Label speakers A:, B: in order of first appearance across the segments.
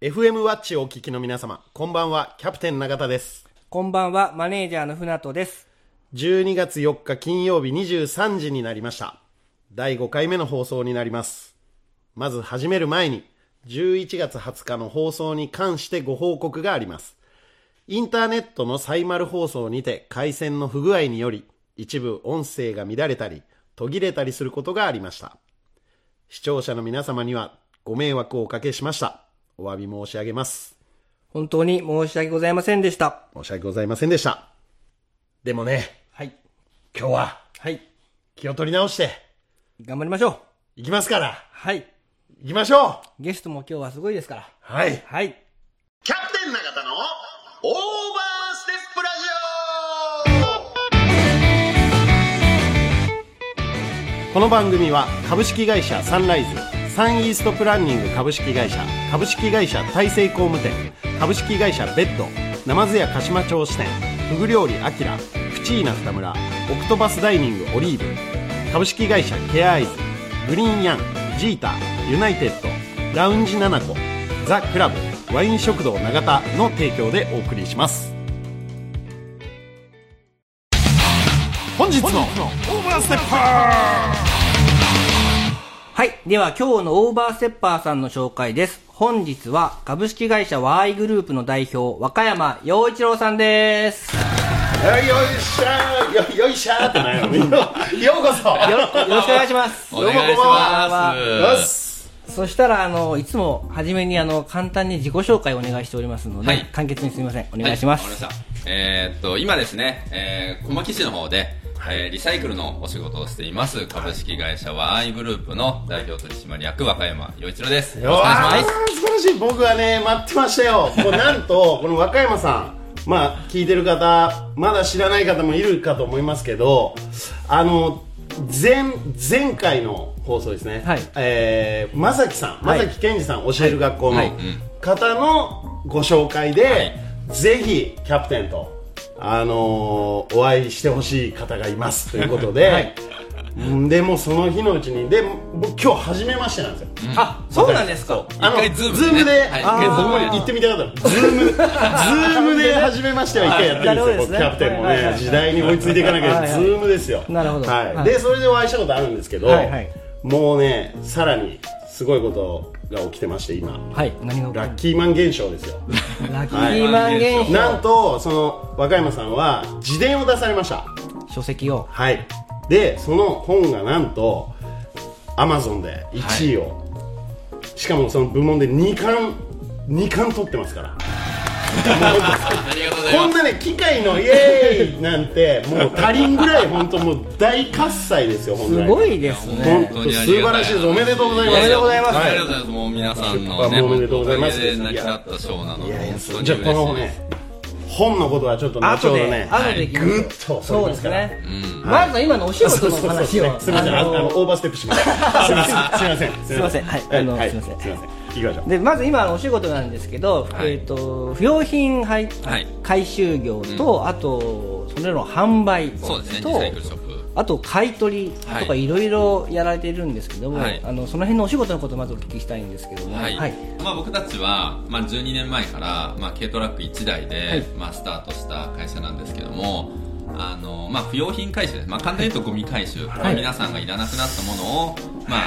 A: FM ワッチをお聞きの皆様、こんばんは、キャプテン永田です。
B: こんばんは、マネージャーの船戸です。
A: 12月4日金曜日23時になりました。第5回目の放送になります。まず始める前に、11月20日の放送に関してご報告があります。インターネットのサイマル放送にて回線の不具合により、一部音声が乱れたり、途切れたりすることがありました。視聴者の皆様にはご迷惑をおかけしました。お詫び申し上げます。
B: 本当に申し訳ございませんでした。
A: 申し訳ございませんでした。でもね、
B: はい。
A: 今日は
B: はい。
A: 気を取り直して
B: 頑張りましょう。
A: いきますから、
B: はい。
A: いきましょう
B: ゲストも今日はすごいですから。
A: はい。
B: はい。
A: キャプテン永田のオーバーステップラジオこの番組は株式会社サンライズ、サンイーストプランニング株式会社、株式会社大成工務店、株式会社ベッド、ナマズ屋鹿島町支店、フグ料理アキラ、クチーナ二村、オクトバスダイニングオリーブ、株式会社ケアアイズ、グリーンヤン、ジータ、ユナイテッド、ラウンジナナコ、ザ・クラブ、ワイン食堂永田の提供でお送りします。本日の
B: はい。では今日のオーバーステッパーさんの紹介です。本日は株式会社ワーイグループの代表、和歌山陽一郎さんです。よ
A: よいしょーよよいしょーってなんやろよようこそ
B: ろよろしくお願いします。
C: お願いし
A: よ
C: ます。
A: し
B: そしたら、あの、いつも初めにあの、簡単に自己紹介をお願いしておりますので、
C: はい
B: 簡潔にすみません。お願いします。
C: はいわかりましたえーっと、今ですね、えー、小牧市の方で、えーリサイクルのお仕事をしています、株式会社ワーイグループの代表取締役、和歌山陽一郎です。よろしくお願いします。
A: ー素晴らしい僕はね待ってましたよもうなんとこの和歌山さんまあ聞いてる方まだ知らない方もいるかと思いますけどあの前前回の放送ですね、
B: はい
A: えー、正樹さん
B: はい
A: 正樹健二さん教える学校
B: は
A: の
B: い
A: 方のご紹介で、
C: い
A: ぜひキャプテンと、あのーお会いしてほしい方がいますということで、
B: はい
A: うんでもうその日のうちにで僕今日初めましてなんですよ、
B: あ、そうなんですか。
A: あの
C: 一回
A: ズ
C: ズ
A: ー
C: ー
A: ムで
C: ムでねはい一回
A: あ
C: ズームで
A: ー行ってみたかったのズームズームで初めましては一回やってるんですよ、
B: はい
A: 僕キャプテンもね、
B: はいはいはい
A: 時代に追いついていかなきゃいけない
B: はい
A: ズ
B: はい
A: ームですよ
B: なるほど
A: はい
B: はい
A: でそれでお会いしたことあるんですけど、
B: はいはい
A: もうねさらにすごいことが起きてまして今
B: はい。何が起こ
A: ラ
B: る
A: ッキーマン現象ですよ
B: ラッキーマン現象。
A: なんとその和歌山さんは自伝を出されました
B: 書籍を。
A: はいでその本がなんとアマゾンで1位を、しかもその部門で2冠2冠取ってますからこ
C: ありがとうございま
A: ん
C: す。
A: なね機械のイエーイなんてもう足りんぐらい本当もう大喝采ですよ本
B: す
A: 来
B: ごいですね。
A: 本当素晴らしいですおめでとうございます
B: お
C: やや
B: めでとうございます
C: ありがとうございます。もう皆さんのね、
A: おめでとうございます
C: おかげで成り立った賞なの
A: い
C: で、
A: やいや
C: 本当に
A: じゃあこ
C: 嬉し
A: の
C: いで
A: ね
C: す。
A: 本のことはちょっと後ほ
B: 後
A: ど
B: で、
A: ね
B: 後で聞きましょう
A: はいぐっと
B: そうですね。まずは今のお仕
A: そ
B: 事
A: う
B: の
A: そうそう
B: 話を。
A: すみません、あの
B: あの
A: オーバーステップしました。すみません、すみません、
B: すいませんはいあのすいません
A: すみません、行きましょう。
B: でまず今のお仕事なんですけど、
C: はい
B: えっ、と不用品はい
C: はい
B: 回収業と、あとそれらの販売と
C: そうですね、リサイクルショップ。
B: あと買い取りとか
C: はい
B: いろいろやられてるんですけども、
C: はい
B: あのその辺のお仕事のことをまずお聞きしたいんですけども、
C: はい、まあ、僕たちは、まあ、12年前から、まあ、軽トラック1台で、
B: はい
C: まあ、スタートした会社なんですけどもあの、まあ、不用品回収です、まあ、簡単に言うとゴミ回収、まあ皆さんがいらなくなったものを、ま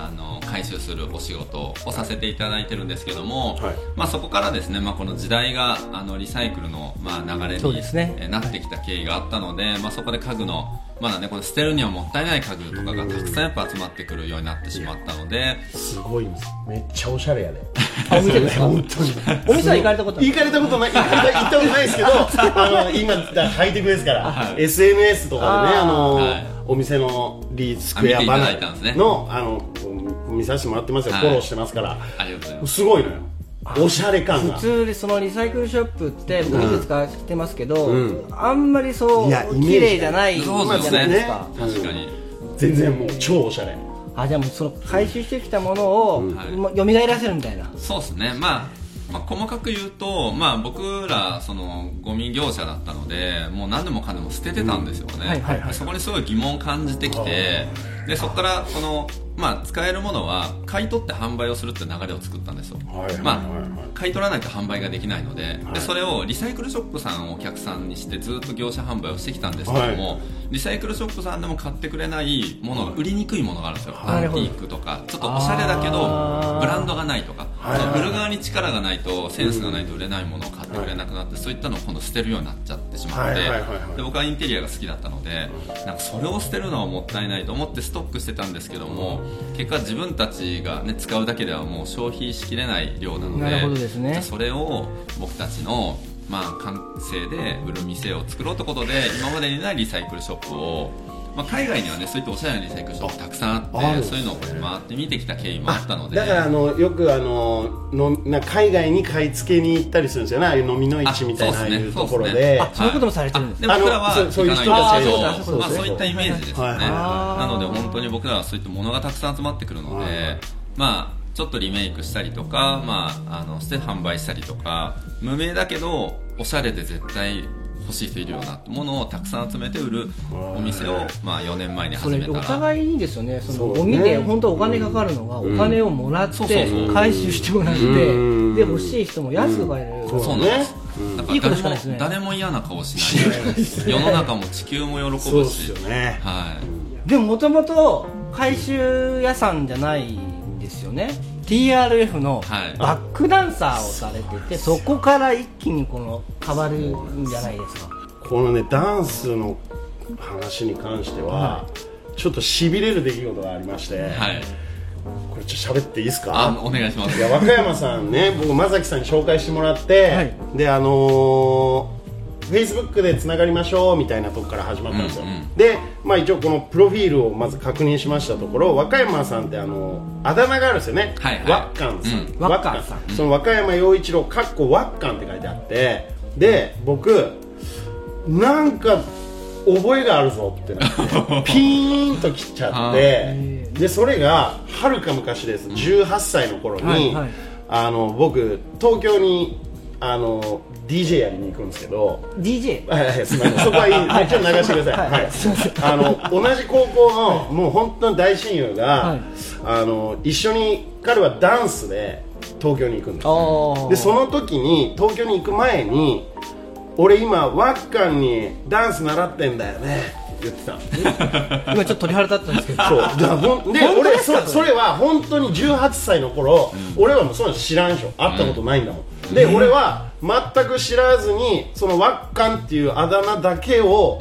C: あ、あの回収するお仕事をさせていただいてるんですけども、
A: はい
C: まあ、そこからですね、まあ、この時代があのリサイクルの、まあ、流れ
B: そう
C: に、
B: ですね
C: えーなってきた経緯があったので、まあ、そこで家具のまだねこれ捨てるにはもったいない家具とかがたくさんやっぱ集まってくるようになってしまったので。
A: すごいんです。めっちゃおしゃれやで。
B: あお店です か
A: 本当に。
B: お店は行かれたことない
A: 行かれたことない、行かれた行ったことないですけど、あの今ハイテクですから、SNS とかでね、
B: あー
A: あの、
C: はい
A: お店のリースクエアバナ
C: あ見ていただいたんで
A: ー
C: すね
A: のあの見させてもらってますよ、
C: はい
A: フォローしてますから、
C: ありがとうございます
A: すごいのよ。おしゃれ感が
B: 普。通でそのリサイクルショップって僕いくつか知ってますけど、
A: う
B: あんまりそう
A: いやイメージ
B: 綺麗じゃないじゃ
C: そうです
B: ないです
C: ね
B: か。
C: 確かに、
A: 全然もう超おしゃれ。
B: あじゃあもうその回収してきたものを、ま蘇らせるみたいな。
C: そうですね、まあ、まあ細かく言うと、まあ、僕らそのゴミ業者だったのでもう何でもかんでも捨ててたんですよね、
B: はいはいはい
C: でそこにすごい疑問を感じてきてでそこからこの、まあ、使えるものは買い取って販売をするっていう流れを作ったんですよ、
A: はいはいはいはい
C: まあ買い取らないと販売ができないので,、でそれをリサイクルショップさんをお客さんにしてずっと業者販売をしてきたんですけども、リサイクルショップさんでも買ってくれないものが売りにくいものがあるんですよ、
B: い
C: アンティークとかちょっとおしゃれだけ
B: あー
C: どブランドがないとか、その売る側に力がないとセンスがないと売れないものを買ってくれなくなって、そういったのを今度捨てるようになっちゃってしまって、
A: はいはいはいはい
C: で僕はインテリアが好きだったのでなんかそれを捨てるのはもったいないと思ってストックしてたんですけども結果自分たちが、ね、使うだけではもう消費しきれない量なので
B: なるほどですね
C: じゃあそれを僕たちの、まあ、完成で売る店を作ろうってことで今までにないリサイクルショップを、まあ、海外にはねそういったおしゃれなリサイクルショップたくさんあって
A: ああるんです
C: そう
A: ね
C: いうのをこうやって回って見てきた経緯もあったので。
A: だからあのよくあののな海外に買い付けに行ったりするんですよねああいう飲みの市みたいなああいうところで
B: あそういうこともされてるんです
C: ね僕らは
A: あのそうそういう人
C: 行かない
B: たち
C: ん
B: が
C: です
B: あ
C: け
B: そう
C: ど
B: だ
C: まあ
B: そうだ
C: そういったイメージです
A: はい
C: ね。
A: はい
B: あー
C: なので本当に僕らはそういったものがたくさん集まってくるの
A: はいは
C: で、まあちょっとリメイクしたりとか、まああのして販売したりとか、無名だけどおしゃれで絶対欲しい人いるようなものをたくさん集めて売るお店をまあ4年前に
B: そ
C: 始
B: れ
C: めた
B: お
C: ら。
B: 互いにですよねそ
A: そ
B: の
A: う
B: ゴミで本当お金かかるのがお金をもらっ
C: そうそう
B: て
C: そう
B: 回収してもらって
A: うん
B: で欲しい人も安く買える
A: ん
C: そうなんです
A: ね。
C: だ
B: いいこ
C: か
B: とし
C: ら誰
B: かない
C: も
B: ですね
C: 誰も嫌な顔しない。世の中も地球も喜
A: そう
C: ぶ
A: です
C: し
A: よ。ね
C: はい。
B: でももともと回収屋さんじゃないんですよね TRF の
C: はい
B: バックダンサーをされててそこから一気にこの変わるんじゃないですか
A: このねダンスの話に関しては、ちょっとしびれる出来事がありまして、
C: はい。
A: これちょっと喋っていいですか
C: あ、お願いしま
A: い
C: す。
A: や和歌山さんね僕正樹さんに紹介してもらって、
B: はい
A: であのフェイスブックでつながりましょうみたいなとこから始まったんですよ、
C: うんう
A: で、まあ、一応このプロフィールをまず確認しましたところ和歌山さんってあのあだ名があるんですよね、
C: はいはい
A: わっかんさん、
C: う
A: わっ
B: わっかんさん
A: その和歌山陽一郎かっこわっかんって書いてあってで僕なんか覚えがあるぞってなって ピーンときちゃってでそれがはるか昔です18歳の頃に、
B: はいはい
A: あの僕東京にあの DJ やりに行くんですけど
B: DJ
A: はいはいすみま せんそこはいいですちょっと流してください、
B: は
A: はいいあの同じ高校の、もう本当に大親友が、
B: はい
A: あの一緒に彼はダンスで東京に行くんです
B: ああ
A: でその時に東京に行く前に俺今ワッカンにダンス習ってんだよねって言ってたの
B: 今ちょっと鳥肌立ったんですけど
A: そう だからほんで
B: 本当で
A: 俺
B: す
A: そ
B: か
A: れそれは本当に18歳の頃、俺はもうそんなの知らんでしょ会ったことないんだもん、で、俺は全く知らずにそのワッカンっていうあだ名だけを、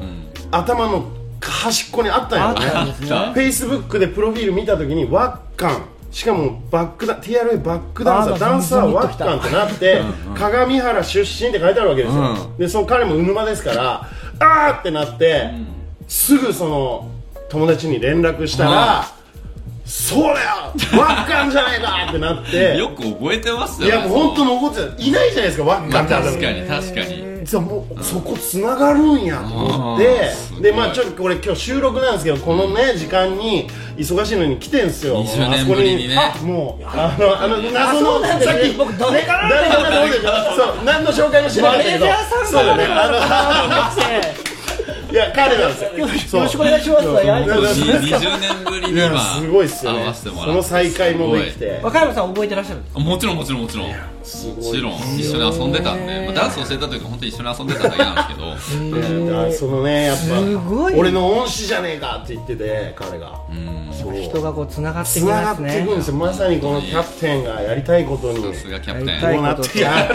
A: 頭の端っこにあったんや
B: あ
A: ろ
B: っ
A: ね
B: たんですね
C: あっ
A: フェイスブックでプロフィール見たときにワッカンしかもバックダ TRA バックダンサ
B: あー
A: ーダンサーワッカンってなって鏡原出身って書いてあるわけですよ、
C: う
A: でその彼もうぬまですからあーってなって、すぐその友達に連絡したら、そうだよワッカンじゃないかってなって
C: よく覚えてます
A: い
C: よね。
A: やもう本当残ってたいないじゃないですかワッカン
C: まあ
A: って頭
C: 確かに確かに。
A: じゃあもうそこつながるんやと思って
C: あーすごい
A: でまあちょっとこれ今日収録なんですけどこのね時間に忙しいのに来てんすよ
C: 20年ぶりにね
A: あそこにあもうあのあの謎
B: そ
A: の
B: うなんです
A: さ
B: ね
A: っき
B: 僕誰から
A: 誰からどうでしょうそう何の紹介もしてなか
B: マ
A: った
B: ネ
A: け
B: ージ
A: ど
B: ャーさん
A: そう
B: が
A: だ
B: だ
A: ね
B: から
A: あのいや彼なんですよ
B: よろし
A: そう
B: よろしくお願いします
A: そうそう
B: やり
A: そうそう
C: 20年ぶり
A: い
C: に
A: や
C: 今
A: すごいっすよ
C: 会
A: ね
C: わせ
A: そ
C: てもらって
A: の再会もできて
B: 若山さん覚えてらっしゃるんです
C: すごいもちろんもちろんもちろんも
A: すごい
C: ちろん一緒に遊んでたんで、まあ、ダンス教えた時は本当に一緒に遊んでただけなんですけど
A: いやだからそのねやっぱ
B: すごい
A: 俺の恩師じゃねえかって言ってて彼が
C: うん
A: そう
B: 人がこうつながって
A: つ
B: き
A: なが
B: ま
A: っ
B: す
A: てい
B: ね
A: くんですよまさにこのキャプテンがやりたいことに
C: さすがキャプテ
B: や
C: ン
B: りたい
A: こうなっていや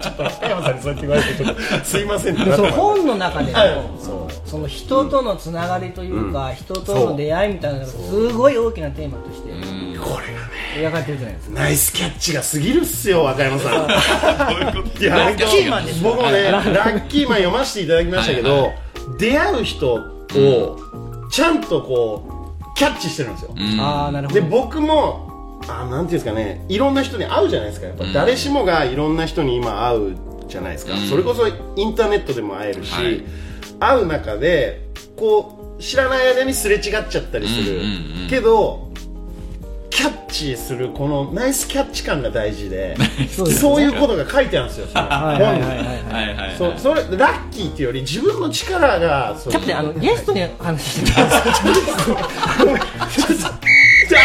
A: ちょっと若山さんにそうやって言われてちょっとすいませんってなっ
B: そ
A: た
B: う本の中でも
A: はいそう
B: その人とのつながりというか、人との出会いみたいなのがすごい大きなテーマとして
C: うん
A: これがね
B: 描かれてるじゃないですか
A: ナイスキャッチが過ぎるっすよ若山さん いや
C: ラ
A: ラ
C: ッ
A: ッ
C: キ
A: キ
C: ー
A: ー
C: マ
A: マ
C: ン
A: ンで
C: で
A: すす僕もねラッキーマン読ませていただきましたけど、
C: はいは
A: 出会う人をちゃんとこうキャッチしてるんですよ、
C: うん
B: ああなるほ
A: で
B: ど
A: 僕もあなんていうんですかねいろんな人に会うじゃないですかやっぱ誰しもがいろんな人に今会うじゃないですか、
C: うん
A: それこそインターネットでも会えるし、
C: はい
A: 会う中でこう知らない間にすれ違っちゃったりする、
C: うんうんうん
A: けどキャッチするこのナイスキャッチ感が大事で
B: そ
A: そうう
B: ですね
A: いうことが書いてあるんですよその
B: はいはいはいはいはい
C: はいはいはい
A: そうそれラッキーっていうより自分の力がそ
B: キ
A: の
B: ャプテ ンあのゲストに話してたんです
A: じゃ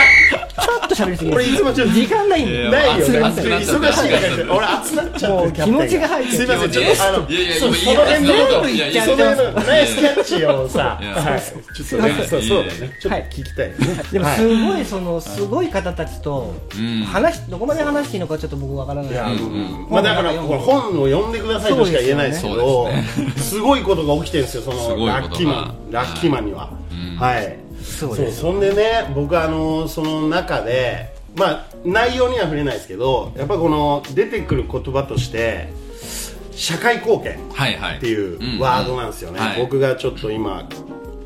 A: あ
B: っと喋りすぎ
A: 俺いつもちょっと
B: 時間ないん
C: い
B: で
C: や
A: ないよね
C: 熱くなっちゃった
A: 忙しいから俺熱くなっちゃって
B: も
A: る
B: う
A: キャプテンが
B: 気持ちが入ってる
A: すいませんちょっとあの
C: いやいや
A: そ
C: 今
A: その辺の
C: いい
A: そ
C: 話
B: いやいや
A: の辺のナイスキャッチをさ
C: いや
A: はいちょっとね
C: すいませ
A: そ
C: ん
A: うそうだねちょっと
B: はい
A: 聞きたいね
B: でも
A: はい
B: すごいそのすごい方たちと
C: うん
B: 話どこまで話していいのかちょっと僕わからない
A: いや
C: ん
B: ん
A: まあだからこれ本を読んでくださいとしか言えないですけど
C: そうです
A: すごいことが起きてるんですよそ
C: すごいこ
A: の
C: とが
A: ラッキーマンラッキーマンには
C: うん
A: はい
B: そう
A: そ
B: で
A: う
B: す
A: そんでね僕はあのその中でまあ内容には触れないですけどやっぱこの出てくる言葉として社会貢献
C: はいはい
A: っていうワードなんですよね、
C: うんうんはい
A: 僕がちょっと今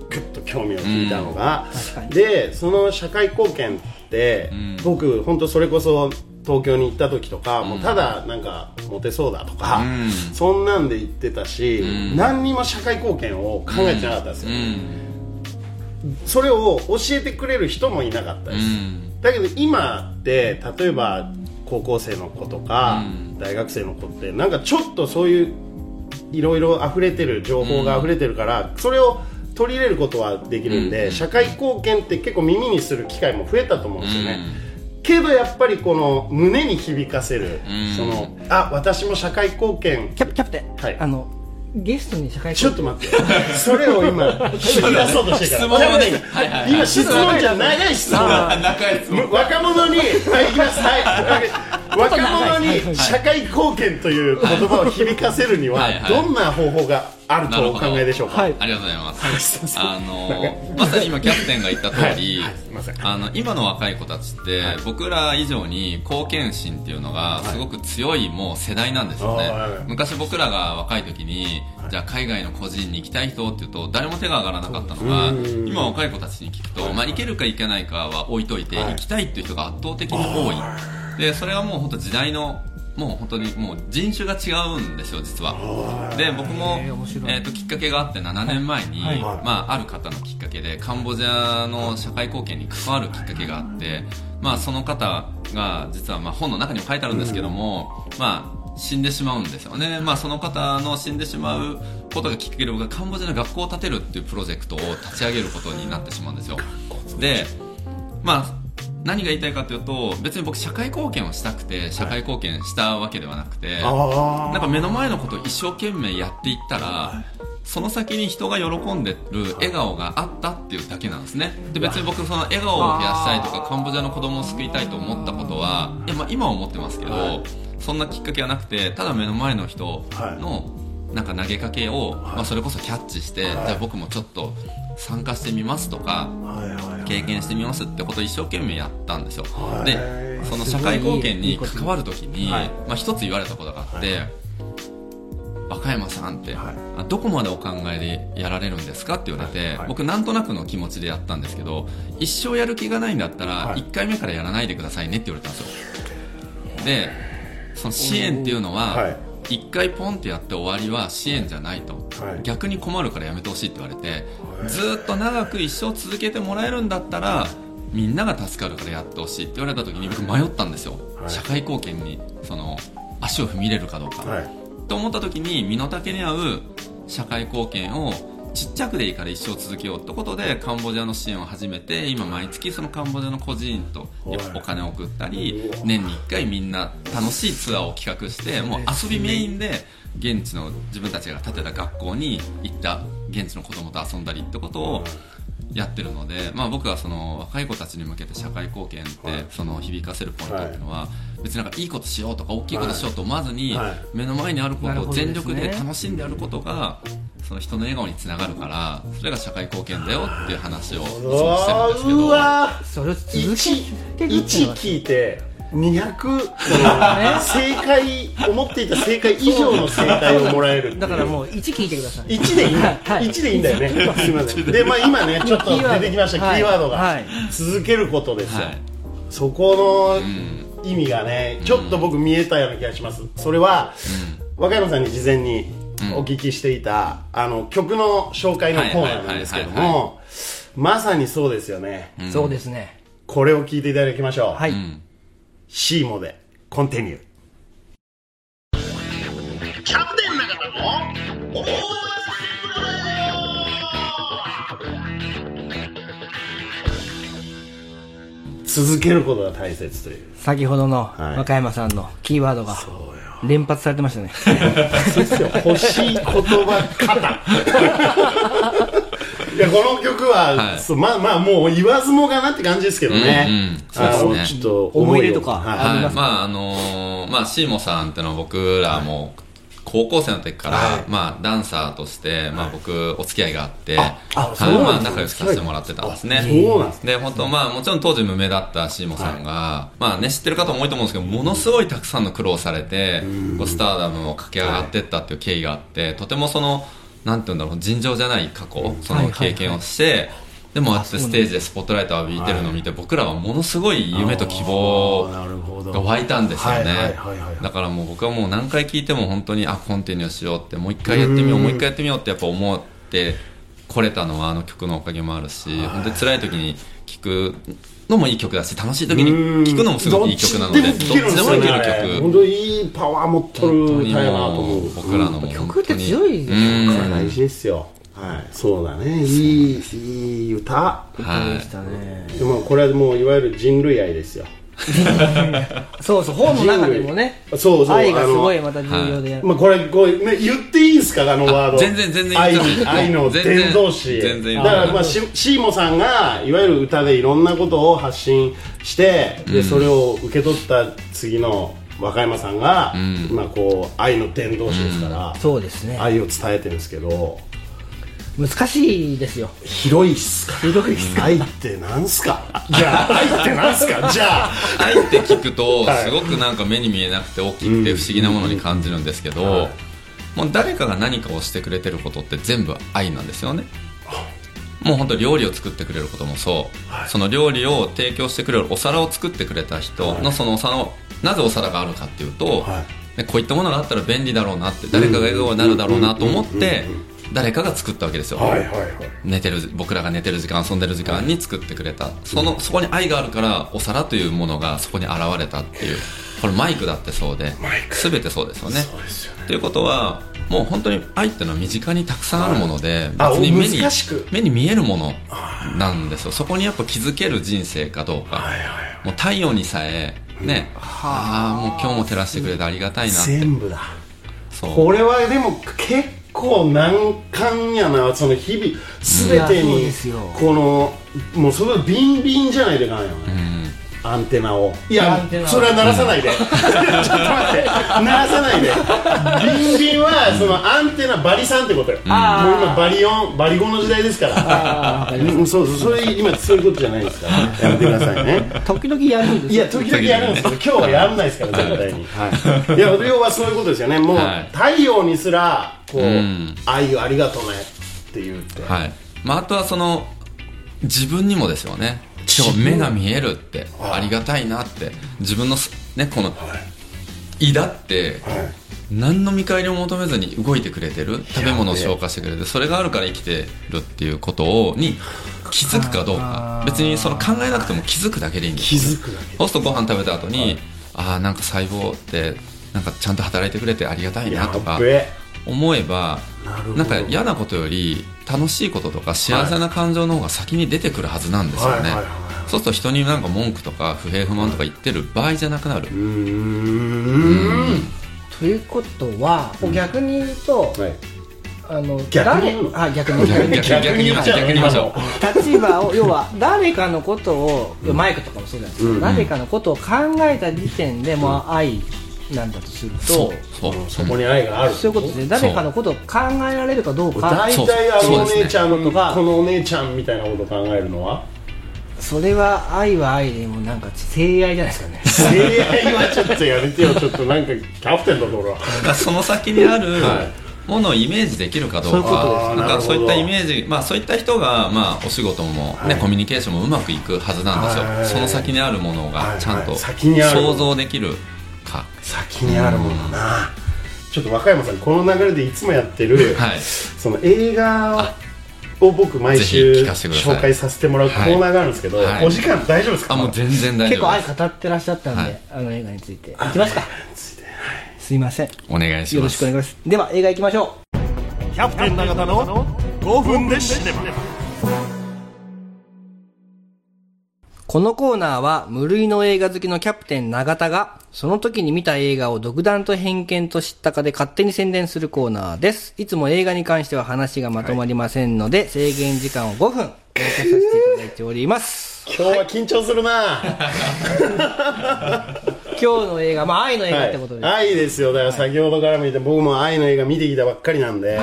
A: ぐっと興味を引いたのが、
B: 確かに
A: でその社会貢献って、
C: ん
A: 僕本当それこそ東京に行った時とか、もうただなんかモテそうだとか、
C: うん
A: そんなんで言ってたし、
C: ん
A: 何にも社会貢献を考えてなかったんです
C: う
A: よ、
C: ん
A: それを教えてくれる人もいなかった
C: う
A: です、
C: ん
A: だけど今って例えば高校生の子とか、
C: うん
A: 大学生の子ってなんかちょっとそういういろいろ溢れてる情報が溢れてるから、それを取り入れることはできるんで、
C: うん
A: 社会貢献って結構耳にする機会も増えたと思うんですよね、けどやっぱりこの胸に響かせる、
C: うん
A: そのあ私も社会貢献
B: キャプキャプテン、
A: はい
B: あのゲストに社会
A: ちょっと 待ってそれを今引き出そうとしてるか
C: 質
A: ら
C: 問です
A: キャプテン
C: はいはいはい
A: 今質問じゃ長い質問
C: あ 仲いいです
A: む若者に、はい、行きます、はい、若者に社会貢献という言葉を響かせるには
C: はいはい、
A: どんな方法があるとお考えでしょうか。
B: なる
C: ありがとうございます
A: すいません
C: あのまさに今キャプテンが言った通り、
A: はいはいすいません
C: あの今の若い子たちって、僕ら以上に貢献心っていうのがすごく強いもう世代なんですよね、
A: あーはい
C: 昔僕らが若い時に、じゃあ海外の個人に行きたい人っていうと誰も手が上がらなかったのが
A: うん
C: 今若い子たちに聞くと、まあ、行けるか行けないかは置いといて、
A: はい
C: 行きたいっていう人が圧倒的に多いでそれはもう本当時代のもう本当にもう人種が違うんですよ実はで僕も
B: へー面白い
C: えーときっかけがあって7年前に、
B: はい
A: はい
C: まあ、ある方のきっかけでカンボジアの社会貢献に関わるきっかけがあって、まあ、その方が実はまあ本の中にも書いてあるんですけども、まあ、死んでしまうんですよね、まあ、その方の死んでしまうことがきっかけで僕がカンボジアの学校を建てるっていうプロジェクトを立ち上げることになってしまうんですよ。でまあ何が言いたいかというと別に僕社会貢献をしたくて社会貢献したわけではなくて、
A: あ
C: なんか目の前のことを一生懸命やっていったら、その先に人が喜んでる笑顔があったっていうだけなんですね。で、別に僕その笑顔を増やしたいとか、カンボジアの子供を救いたいと思ったことは、いや、まあ今は思ってますけ
A: は
C: ど、そんなきっかけはなくて、ただ目の前の人の、なんか投げかけを、まあそれこそキャッチして、じ
A: はい
C: ゃあ僕もちょっと参加してみますとか、
A: あ。はいはいはい
C: 経験してみますってことを一生懸命やったんですよ、
A: はい
C: でその社会貢献に
B: すごいいい
C: 関わる時に、
A: はい
C: まあ、一つ言われたことがあって、若山さんって、
A: はい
C: あどこまでお考えでやられるんですかって言われて、
A: はいはい
C: 僕なんとなくの気持ちでやったんですけど一生やる気がないんだったら
A: はい
C: 1回目からやらないでくださいねって言われたんですよでその支援っていうの
A: は
C: はい1回ポンってやって終わりは支援じゃないと、
A: はい
C: 逆に困るからやめてほしいって言われて
A: はい
C: ずーっと長く一生続けてもらえるんだったらみんなが助かるからやってほしいって言われた時に僕迷ったんですよ、
A: はい
C: 社会貢献にその足を踏み入れるかどうか、
A: はい
C: と思った時に身の丈に合う社会貢献をちっちゃくでいいから一生続けようってことでカンボジアの支援を始めて今毎月そのカンボジアの個人と
A: はい
C: お金を送ったり
A: うわ
C: 年に1回みんな楽しいツアーを企画してもう遊びメインで現地の自分たちが建てた学校に行った現地の子供と遊んだりってことをやってるので、まあ、僕はその若い子たちに向けて社会貢献って
A: はい
C: その響かせるポイントっていうのは別になんかいいことしようとか大きいことしようと思わずに
A: はいはい
C: 目の前にあるこ
B: なる
C: と
B: ほ
C: を
B: どですね
C: 全力で楽しんでやることがその人の笑顔につながるからそれが社会貢献だよっていう話をいつ
A: う
C: もしてるん
A: わ
C: ですけど
A: うわ
B: それを続け
A: 1
B: てるっていうのが
A: 聞いて200この正解思っていた正解以上の正解をもらえるっていう
B: だからもう1聞いてください
A: 1でいいんだ、
B: はい
A: 1でいいんだよね、すみません、で、まあ、今ね、ちょっと出てきました、キ
B: はい
A: ーワードが、
B: はい
A: 続けることですよ、
C: はい
A: そこの意味がね、ちょっと僕、見えたような気がします、それは、若山さんに事前にお聞きしていた、あの曲の紹介のコーナーなんですけど
C: はいはいはい
A: も、まさにそうですよね、
B: そうですね
A: これを聞いていただきましょう、
B: はい、
C: うん
A: シーモで、コンティニュー。キャプテンだからの続けることが大切という
B: 先ほどの
A: はい
B: 若山さんのキーワードが
A: うよ
B: 連発されてましたね。
A: そうですよ欲しい言葉 方いやこの曲は、
C: はい
A: そうまあまあもう言わずもがなって感じですけどね、
C: うんうんそうですね
A: あのちょっと
B: 思い
A: を
B: 入れとか
A: は
B: あり
C: は
B: ま
C: い、
B: す
C: まああのーまあシーモさんってのは僕らも高校生の時から、まあダンサーとして、まあ僕お付き合いがあって、
A: あそ
C: は
A: う
C: い、
A: なんです
C: ま
A: ね
C: あ仲良くさせてもらってたんですね。
A: あそうなんです
C: で本当まあもちろん当時無名だったシーモさんが、まあね知ってる方も多いと思うんですけどものすごいたくさんの苦労をされて、こうスターダムを駆け上がってったっていう経緯があって、とてもそのなんて言うんだろう尋常じゃない過去、その経験をして、でもああやってステージでスポットライトを浴びてるのを見て、僕らはものすごい夢と希望
A: あーなるほど
C: が湧いたんですよ
A: はいはい
C: ね
A: はいはい
C: だからもう僕はもう何回聞いても本当にあコンティニューしようってもう一回やってみようもう一回やってみようってやっぱ思ってこれたのはあの曲のおかげもあるし本当に辛い時に聴くのもいい曲だし楽しい時に聴くのもすごくいい曲なのでどっちでも
A: 聴
C: いける
A: 本
C: 曲
A: 当にいいパワー持っとる
C: 本当に
A: 歌やなと
C: も
A: 思う
C: う僕らのも
B: 曲って強いですよ
C: 本当にうん
A: 大事ですよはいそうだねいいいい歌
C: はい
B: でしたね。
A: でもこれはもういわゆる人類愛ですよ
B: そうそう、本の中でもね、
A: 人類そうそう
B: 愛がすごい
A: あの
B: また重要で。
A: まあこれこう、ね、言っていいんですかあのワード
C: 全然全然
A: 愛
C: 言っちゃっていい
A: 愛の
C: 全然
A: 伝道師
C: 全
A: だ
C: 然
A: からまあしシーモさんがいわゆる歌でいろんなことを発信してで、それを受け取った次の若山さんが、まあこう愛の伝道師ですから、
B: そうですね。
A: 愛を伝えてるんですけど
B: 難しいですよ。
A: 広いっすか広いっすか愛ってなんすかじゃあ愛ってなんすかじゃあ
C: 愛って聞くと
A: はい
C: すごくなんか目に見えなくて大きくて不思議なものに感じるんですけど、もう誰かが何かをしてくれてることって全部愛なんですよね。もう本当料理を作ってくれることもそう、その料理を提供してくれるお皿を作ってくれた人のそのお皿をなぜお皿があるかっていうと、
A: は
C: ねこういったものがあったら便利だろうなって誰かが笑顔になるだろうなと思
A: う
C: っ
A: んうんうん
C: て誰かが作ったわけですよ、
A: はいはいはい
C: 寝てる僕らが寝てる時間遊んでる時間に作ってくれたそのそこに愛があるからお皿というものがそこに現れたっていうこれマイクだってそうで
A: マイク
C: 全てそうですよね
A: そうですよね
C: ということはもう本当に愛ってのは身近にたくさんあるもので別
A: はい
C: に
A: あ
C: 目に
A: 難しく
C: 目に見えるものなんですよそこにやっぱ気づける人生かどうか
A: はいはい
C: もう太陽にさえねああもう今日も照らしてくれてありがたいなって
A: 全部だ
C: そう
A: これはでも結構難関やなその日々全て
B: いやそう
A: に
B: ですよ
A: このもうそれはビンビンじゃないといかんよね、アンテナをいや
B: アンテナを
A: それは鳴らさないで、 ちょっと待って鳴らさないでビンビンはそのアンテナバリ3ってことよ、もう
B: あー
A: 今バリ4バリ5の時代ですからうんそうそうそれ今そういうことじゃないですから、ね、やめてくださいね
B: 時々やるんです
A: い
B: よ。
A: や、 時々やるんですけど、今日はやらないですから、絶対に。はい、いや、要はそういうことですよね。もう、
C: はい
A: 太陽にすら、こう、
C: うん
A: 愛をありがとうねって言って。
C: はいまあ、あとはその自分にもですよね今日目が見えるってありがたいなって自分のすねこの胃だって
A: はい
C: 何の見返りも求めずに動いてくれてる食べ物を消化してくれてそれがあるから生きてるっていうことをに気づくかどうか別にその考えなくても気づくだけでいいんです
A: 気づくだけ。
C: そうするとご飯食べた後に、ああなんか細胞ってなんかちゃんと働いてくれてありがたいなと
A: や
C: か
A: っべ
C: 思えば
A: なるほど
C: なんか嫌なことより楽しいこととか幸せな感情の方が先に出てくるはずなんですよ
A: はい
C: ね
A: はいはいは
C: そうすると人になんか文句とか不平不満とか言ってる場合じゃなくなる、
A: うーん。
B: ということは、逆に言うと、
A: はい。
B: あの
A: 逆に言うの
B: 誰あ逆に
C: 逆に逆に
A: 言っちゃう
C: 逆に言いましょう
B: 立場を要は誰かのことを、マイクとかもそうじゃないですか、
A: うん
B: 誰かのことを考えた時点で、もう愛なんだとすると
C: そ
B: そう
C: そう
A: そこに愛がある。
B: ういうことですね誰かのことを考えられるかどうか
A: 大
C: そう
A: 体あのお
C: そうですね
A: 姉ちゃんのとか、
B: うん
A: このお姉ちゃんみたいなことを考えるのは
B: それは愛は愛でもなんか性愛じゃないですかね
A: 恋愛はちょっとやめてよちょっとなんかキャプテンだぞ俺は
C: だからその先にある
A: は
C: ものをイメージできるかどうか
A: そういうことです
C: なん
A: なる
C: か
A: ほ
C: そ
A: ど
C: ういったイメージ、まあ、そういった人が、まあ、お仕事も、ね
A: はい
C: コミュニケーションもうまくいくはずなんですよ、
A: はい
C: その先にあるものがちゃん
A: はいは
C: と
A: い先にある
C: 想像できるか、
A: 先にあるものなちょっと若山さんこの流れでいつもやってる、
C: はい
A: その映画を僕毎
C: ぜ
A: 週
C: ひ聞かせてください
A: 紹介させてもらうコーナーがあるんですけど、
C: はい
A: お時間大丈夫ですか
C: あもう全然大丈
B: 結構
C: 夫
B: 愛
C: です
B: 語ってらっしゃったんで、
C: はい
B: あの映画についていきますかすいません
C: お願いし
B: よろ
C: ま
B: し
C: す
B: くお願いしますでは映画行きましょ
A: キャプテン永田の5分で死ねば
B: このコーナーは無類の映画好きのキャプテン永田が、その時に見た映画を独断と偏見と知ったかで勝手に宣伝するコーナーです。いつも映画に関しては話がまとまりませんので、制限時間を5分、設けさせていただいております。
A: 今日は緊張するな
B: 今日の映画、まあ愛の映画ってことです。はい。
A: 愛ですよだから先ほどから見て僕も愛の映画見てきたばっかりなんで、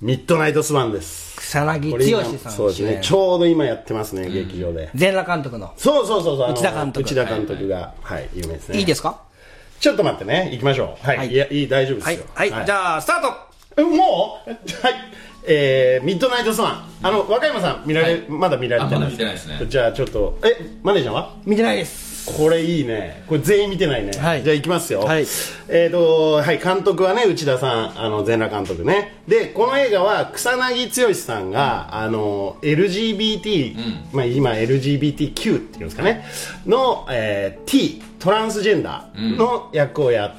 A: ミッドナイトスワンです
B: 草薙
A: これ今
B: 剛さん
A: そうですねちょうど今やってますね、劇場で
B: 全裸監督の。
A: そうそうそうそうあの
B: 内田監督
A: 内田監督がはい、有名ですね
B: いいですか
A: ちょっと待ってね行きましょうはい、
B: はい
A: い、やいい大丈夫で
B: は
A: す
B: い
A: よ。
B: はい。じゃあ、スタート
A: えもうはいえー、ミッドナイトスワンあの若山さん見られ、まだ見られて
C: あま
A: な
C: だ
A: い
C: 見てないですね
A: じゃあちょっとえマネージャーは
B: 見てないです。
A: これいいねこれ全員見てないね、
B: はい
A: じゃあいきますよ
B: はい
A: えっ、とはい監督はね内田さんあの全裸監督ねでこの映画は草薙剛さんが、あの LGBT、まあ、今 LGBTQ っていうんですかねの、えー T トランスジェンダーの役をやっ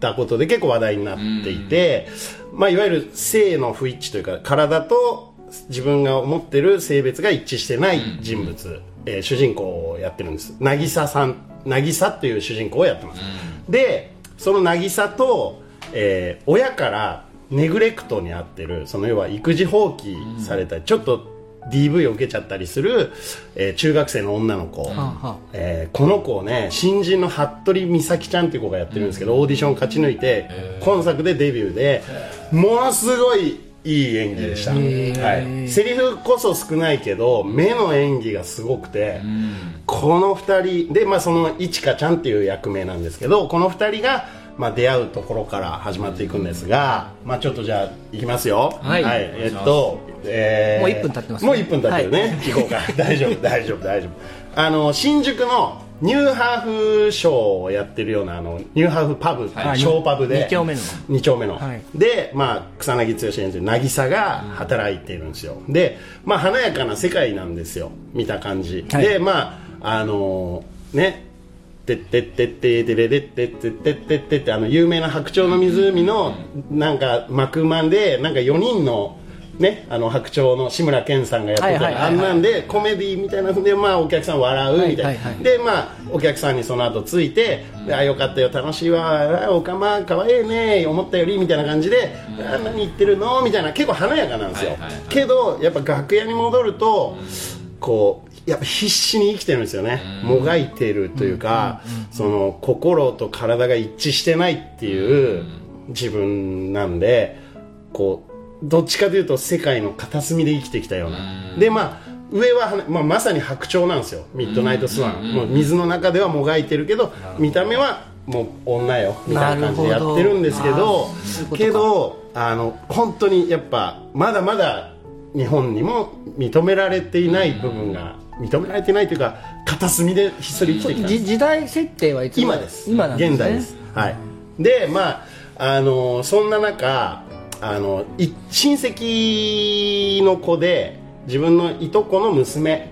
A: たことで結構話題になっていて、まあ、いわゆる性の不一致というか体と自分が思ってる性別が一致してない人物、えー主人公をやってるんです渚さん渚っていう主人公をやってます、でその渚と、えー親からネグレクトに遭ってるその要は育児放棄されたり、ちょっと DV を受けちゃったりする、えー中学生の女の子、
B: は
A: えーこの子をね新人の服部美咲ちゃんっていう子がやってるんですけど、オーディション勝ち抜いて、今作でデビューでものすごいいい演技でした、はい、セリフこそ少ないけど目の演技がすごくて、この2人で、まあ、そのいちかちゃんっていう役名なんですけどこの2人が、まあ、出会うところから始まっていくんですが、まあ、ちょっとじゃあいきますよ
B: はい
A: えっと、えー
B: もう一分経ってますね
A: もう1分経ってるね、
B: はい
A: 行こうか 大丈夫大丈夫大丈夫あの新宿のニューハーフショーをやってるようなあのニューハーフパブ、
B: はい
A: ショーパブで
B: 二丁目の
A: 二丁目の、
B: はい
A: で、まあ、草薙剛演じる渚が働いているんですよで、まあ、華やかな世界なんですよ見た感じ、
B: はい
A: でまああのーねてってってっててれれってってってってってってあの有名な「白鳥の湖」のなんか幕間でなんか4人のねあの白鳥の志村けんさんがやって
B: はいはいはい
A: た
B: は
A: あ
B: い
A: んなんでコメディみたいなのでまあお客さん笑うみた
B: はいいはいはい
A: なでまあお客さんにその後ついて「あよかったよ楽しいわあおかまかわいいね思ったより」みたいな感じで「あ何言ってるの?」みたいな結構華やかなんですよ
C: はいはいはい
A: けどやっぱ楽屋に戻るとこうやっぱ必死に生きてるんですよねもがいてるというかその心と体が一致してないっていう自分なんでこうどっちかというと世界の片隅で生きてきたようなでまあ上は花、まあ、まさに白鳥なんですよミッドナイトスワンもう水の中ではもがいてるけど見た目はもう女よみたいな感じでやってるんですけ
B: なるほ
A: ど
B: どあーそういうことか
A: けどあの本当にやっぱまだまだ日本にも認められていない部分が認められていないというか片隅でひっそり生きてきたんです
B: じ時代設定はいつ
A: 今です
B: 今なんですね。
A: 現代ですはいでまああのそんな中あのい親戚の子で自分のいとこの娘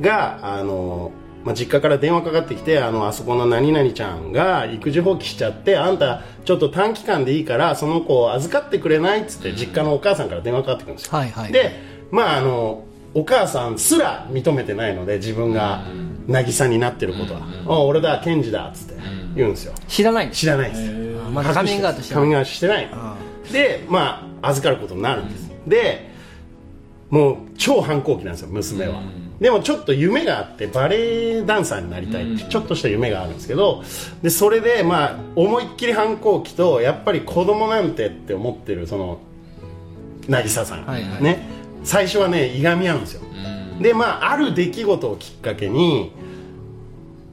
A: があの、まあ、実家から電話かかってきてあのあそこの何々ちゃんが育児放棄しちゃってあんたちょっと短期間でいいからその子を預かってくれないっつって実家のお母さんから電話かかってくるんですよ、
B: はいはい
A: でまああのお母さんすら認めてないので自分が渚になってることは「あ俺だ検事だ」っつって言うんですよ
B: 知らないんです
A: 知らないです
B: ーまだカミングアウトして
A: カ
B: ない
A: ミングアウトしてないでまあ預かることになるんですでもう超反抗期なんですよ娘は、でもちょっと夢があってバレエダンサーになりたいってちょっとした夢があるんですけどでそれでまあ思いっきり反抗期とやっぱり子供なんてって思ってるその渚さん、
B: はいはい
A: ね最初はねいがみ合うんですよ、でまあある出来事をきっかけに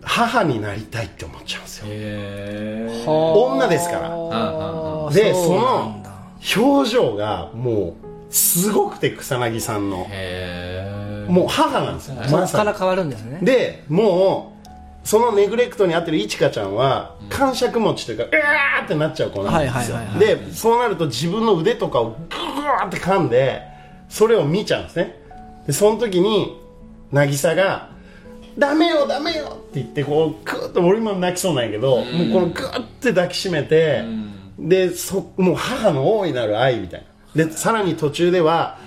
A: 母になりたいって思っちゃうんですよ
C: へ
A: 女ですから
B: あー
A: で
B: う
A: そ
B: なん
A: の
B: だ
A: 表情がもうすごくて草薙さんの
C: え
A: もう母なんですよ、
B: そ
A: ま
B: っか
A: さ
B: ら
A: に
B: 変わるんですね。
A: でもうそのネグレクトに合ってるいちかちゃんは感触持ちというかうわーってなっちゃう子なんですよ
B: はいはいはい
A: でそうなると自分の腕とかをグワーって噛んでそれを見ちゃうんですねでその時に渚が「ダメよダメよ」って言ってこうグーッと俺今泣きそうなんやけど、もうこのグーッて抱きしめて、でそもう母の大いなる愛みたいなでさらに途中では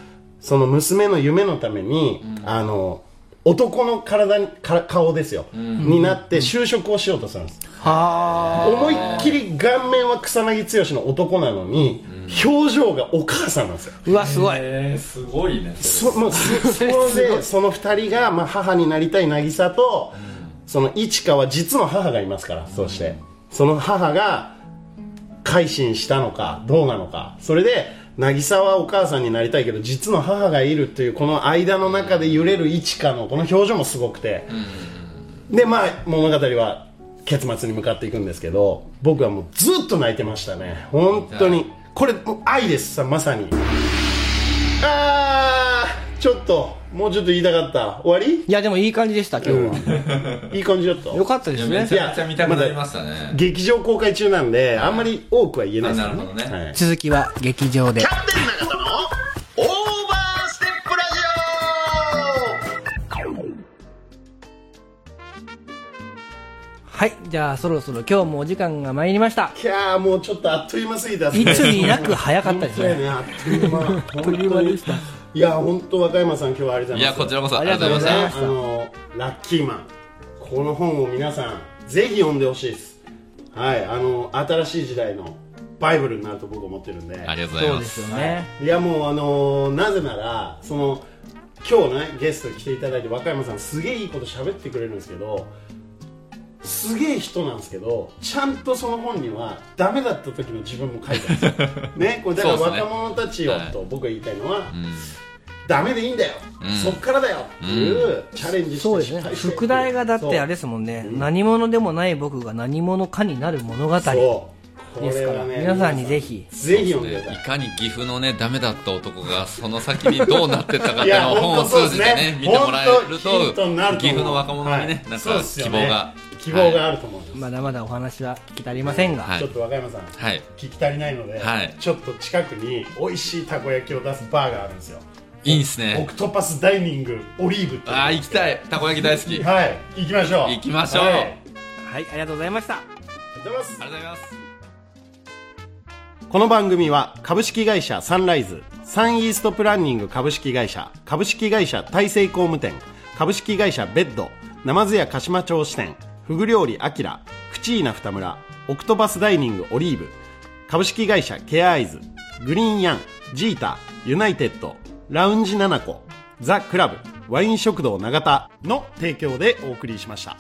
A: その娘の夢のために、あの男の体にか顔ですよ、になって就職をしようとするんです、思いっきり顔面は草薙剛の男なのに、表情がお母さんなんですよ
B: うわすごい
C: えー、すごいねそ
A: そもうそそのでその2人が、まあ、母になりたい渚と、その一華は実の母がいますから、そしてその母が改心したのかどうなのかそれで渚はお母さんになりたいけど実の母がいるというこの間の中で揺れる一華のこの表情もすごくて、でまあ物語は結末に向かっていくんですけど僕はもうずっと泣いてましたね本当にこれもう愛ですさまさにあーちょっともうちょっと言いたかった終わり
B: いやでもいい感じでした今日は、
A: いい感じだった
B: よかったです
C: うめ
B: ね
C: ちゃめちゃ見たくなりましたね
A: 劇場公開中なんであんまり多くは言えないですよ
C: あなるほどね
A: はい
B: 続きは劇場で
A: キャプテン永田のオーバーステップラ
B: はいじゃあそろそろ今日もお時間が参りました
A: ジオいやーもうちょっとあっという間すぎたっす
B: いつになく早かったです
A: そうや
B: ね
A: ねあっという間本当にいや本当若山さん今日はありがとうござい
C: いや
A: ます
C: こちらこそ
B: ありがとうございま
A: ね
B: し、
A: あのラッキーマンこの本を皆さんぜひ読んでほしいですはいあの新しい時代のバイブルになると僕思ってるんで
C: ありがとうござい
B: そう
C: ま
B: ですすよね
A: いやもうあのなぜならその今日ねゲストに来ていただいて若山さんすげえいいこと喋ってくれるんですけどすげえ人なんですけどちゃんとその本にはダメだった時の自分も書いてある んですよねこれだから
C: そうですね
A: 若者たちよ
C: はい
A: と僕が言いたいのは、
C: うん
A: ダメでいいんだよ、
C: うん
A: そっからだよっていう、チャレンジして
B: そうです
A: 失
B: ね
A: 敗して
B: 副題がだってあれですもんね何者でもない僕が何者かになる物語
A: そうそうこ
B: です
A: れ
B: か
A: は
B: ら
A: ね
B: 皆さんにぜひ
A: ぜひ読んで
C: で
A: くだ
C: い
A: さい
C: かに岐阜のねダメだった男がその先にどうなってったかって
A: い
C: いう
A: や
C: のを本
A: 本
C: を
A: 当そうで
C: 通
A: す
C: じてね
A: ね
C: 見てもらえる
A: 本当ヒントになる
C: と
A: と思う
C: 岐阜の若者にね、
A: はい
C: なん
A: そう
C: か
A: っす
C: 希
A: よ
C: 望
A: ね
C: が
A: 希望があると思うんです、
B: まだまだお話は聞き足りませんが、
C: はい
A: ちょっと若山さん、
C: はい
A: 聞き足りないので、
C: はい
A: ちょっと近くに美味しいたこ焼きを出すバーがあるんですよ
C: いいんす
A: オ
C: ね
A: クトパスダイニングオリーブっていう
C: ああ行きたいたこ焼き大好きありが
A: はい行きましょう
C: 行きましょう
A: はい、あり
B: はい、ありがとうございました
A: がとうございます
C: とうございます
A: この番組は株式会社サンライズサンイーストプランニング株式会社株式会社大成工務店株式会社ベッドナ津屋鹿島町支店フグ料理アキラクチーナ二村オクトパスダイニングオリーブ株式会社ケアアイズグリーンヤンジータユナイテッドラウンジナナコザ・クラブワイン食堂永田の提供でお送りしました。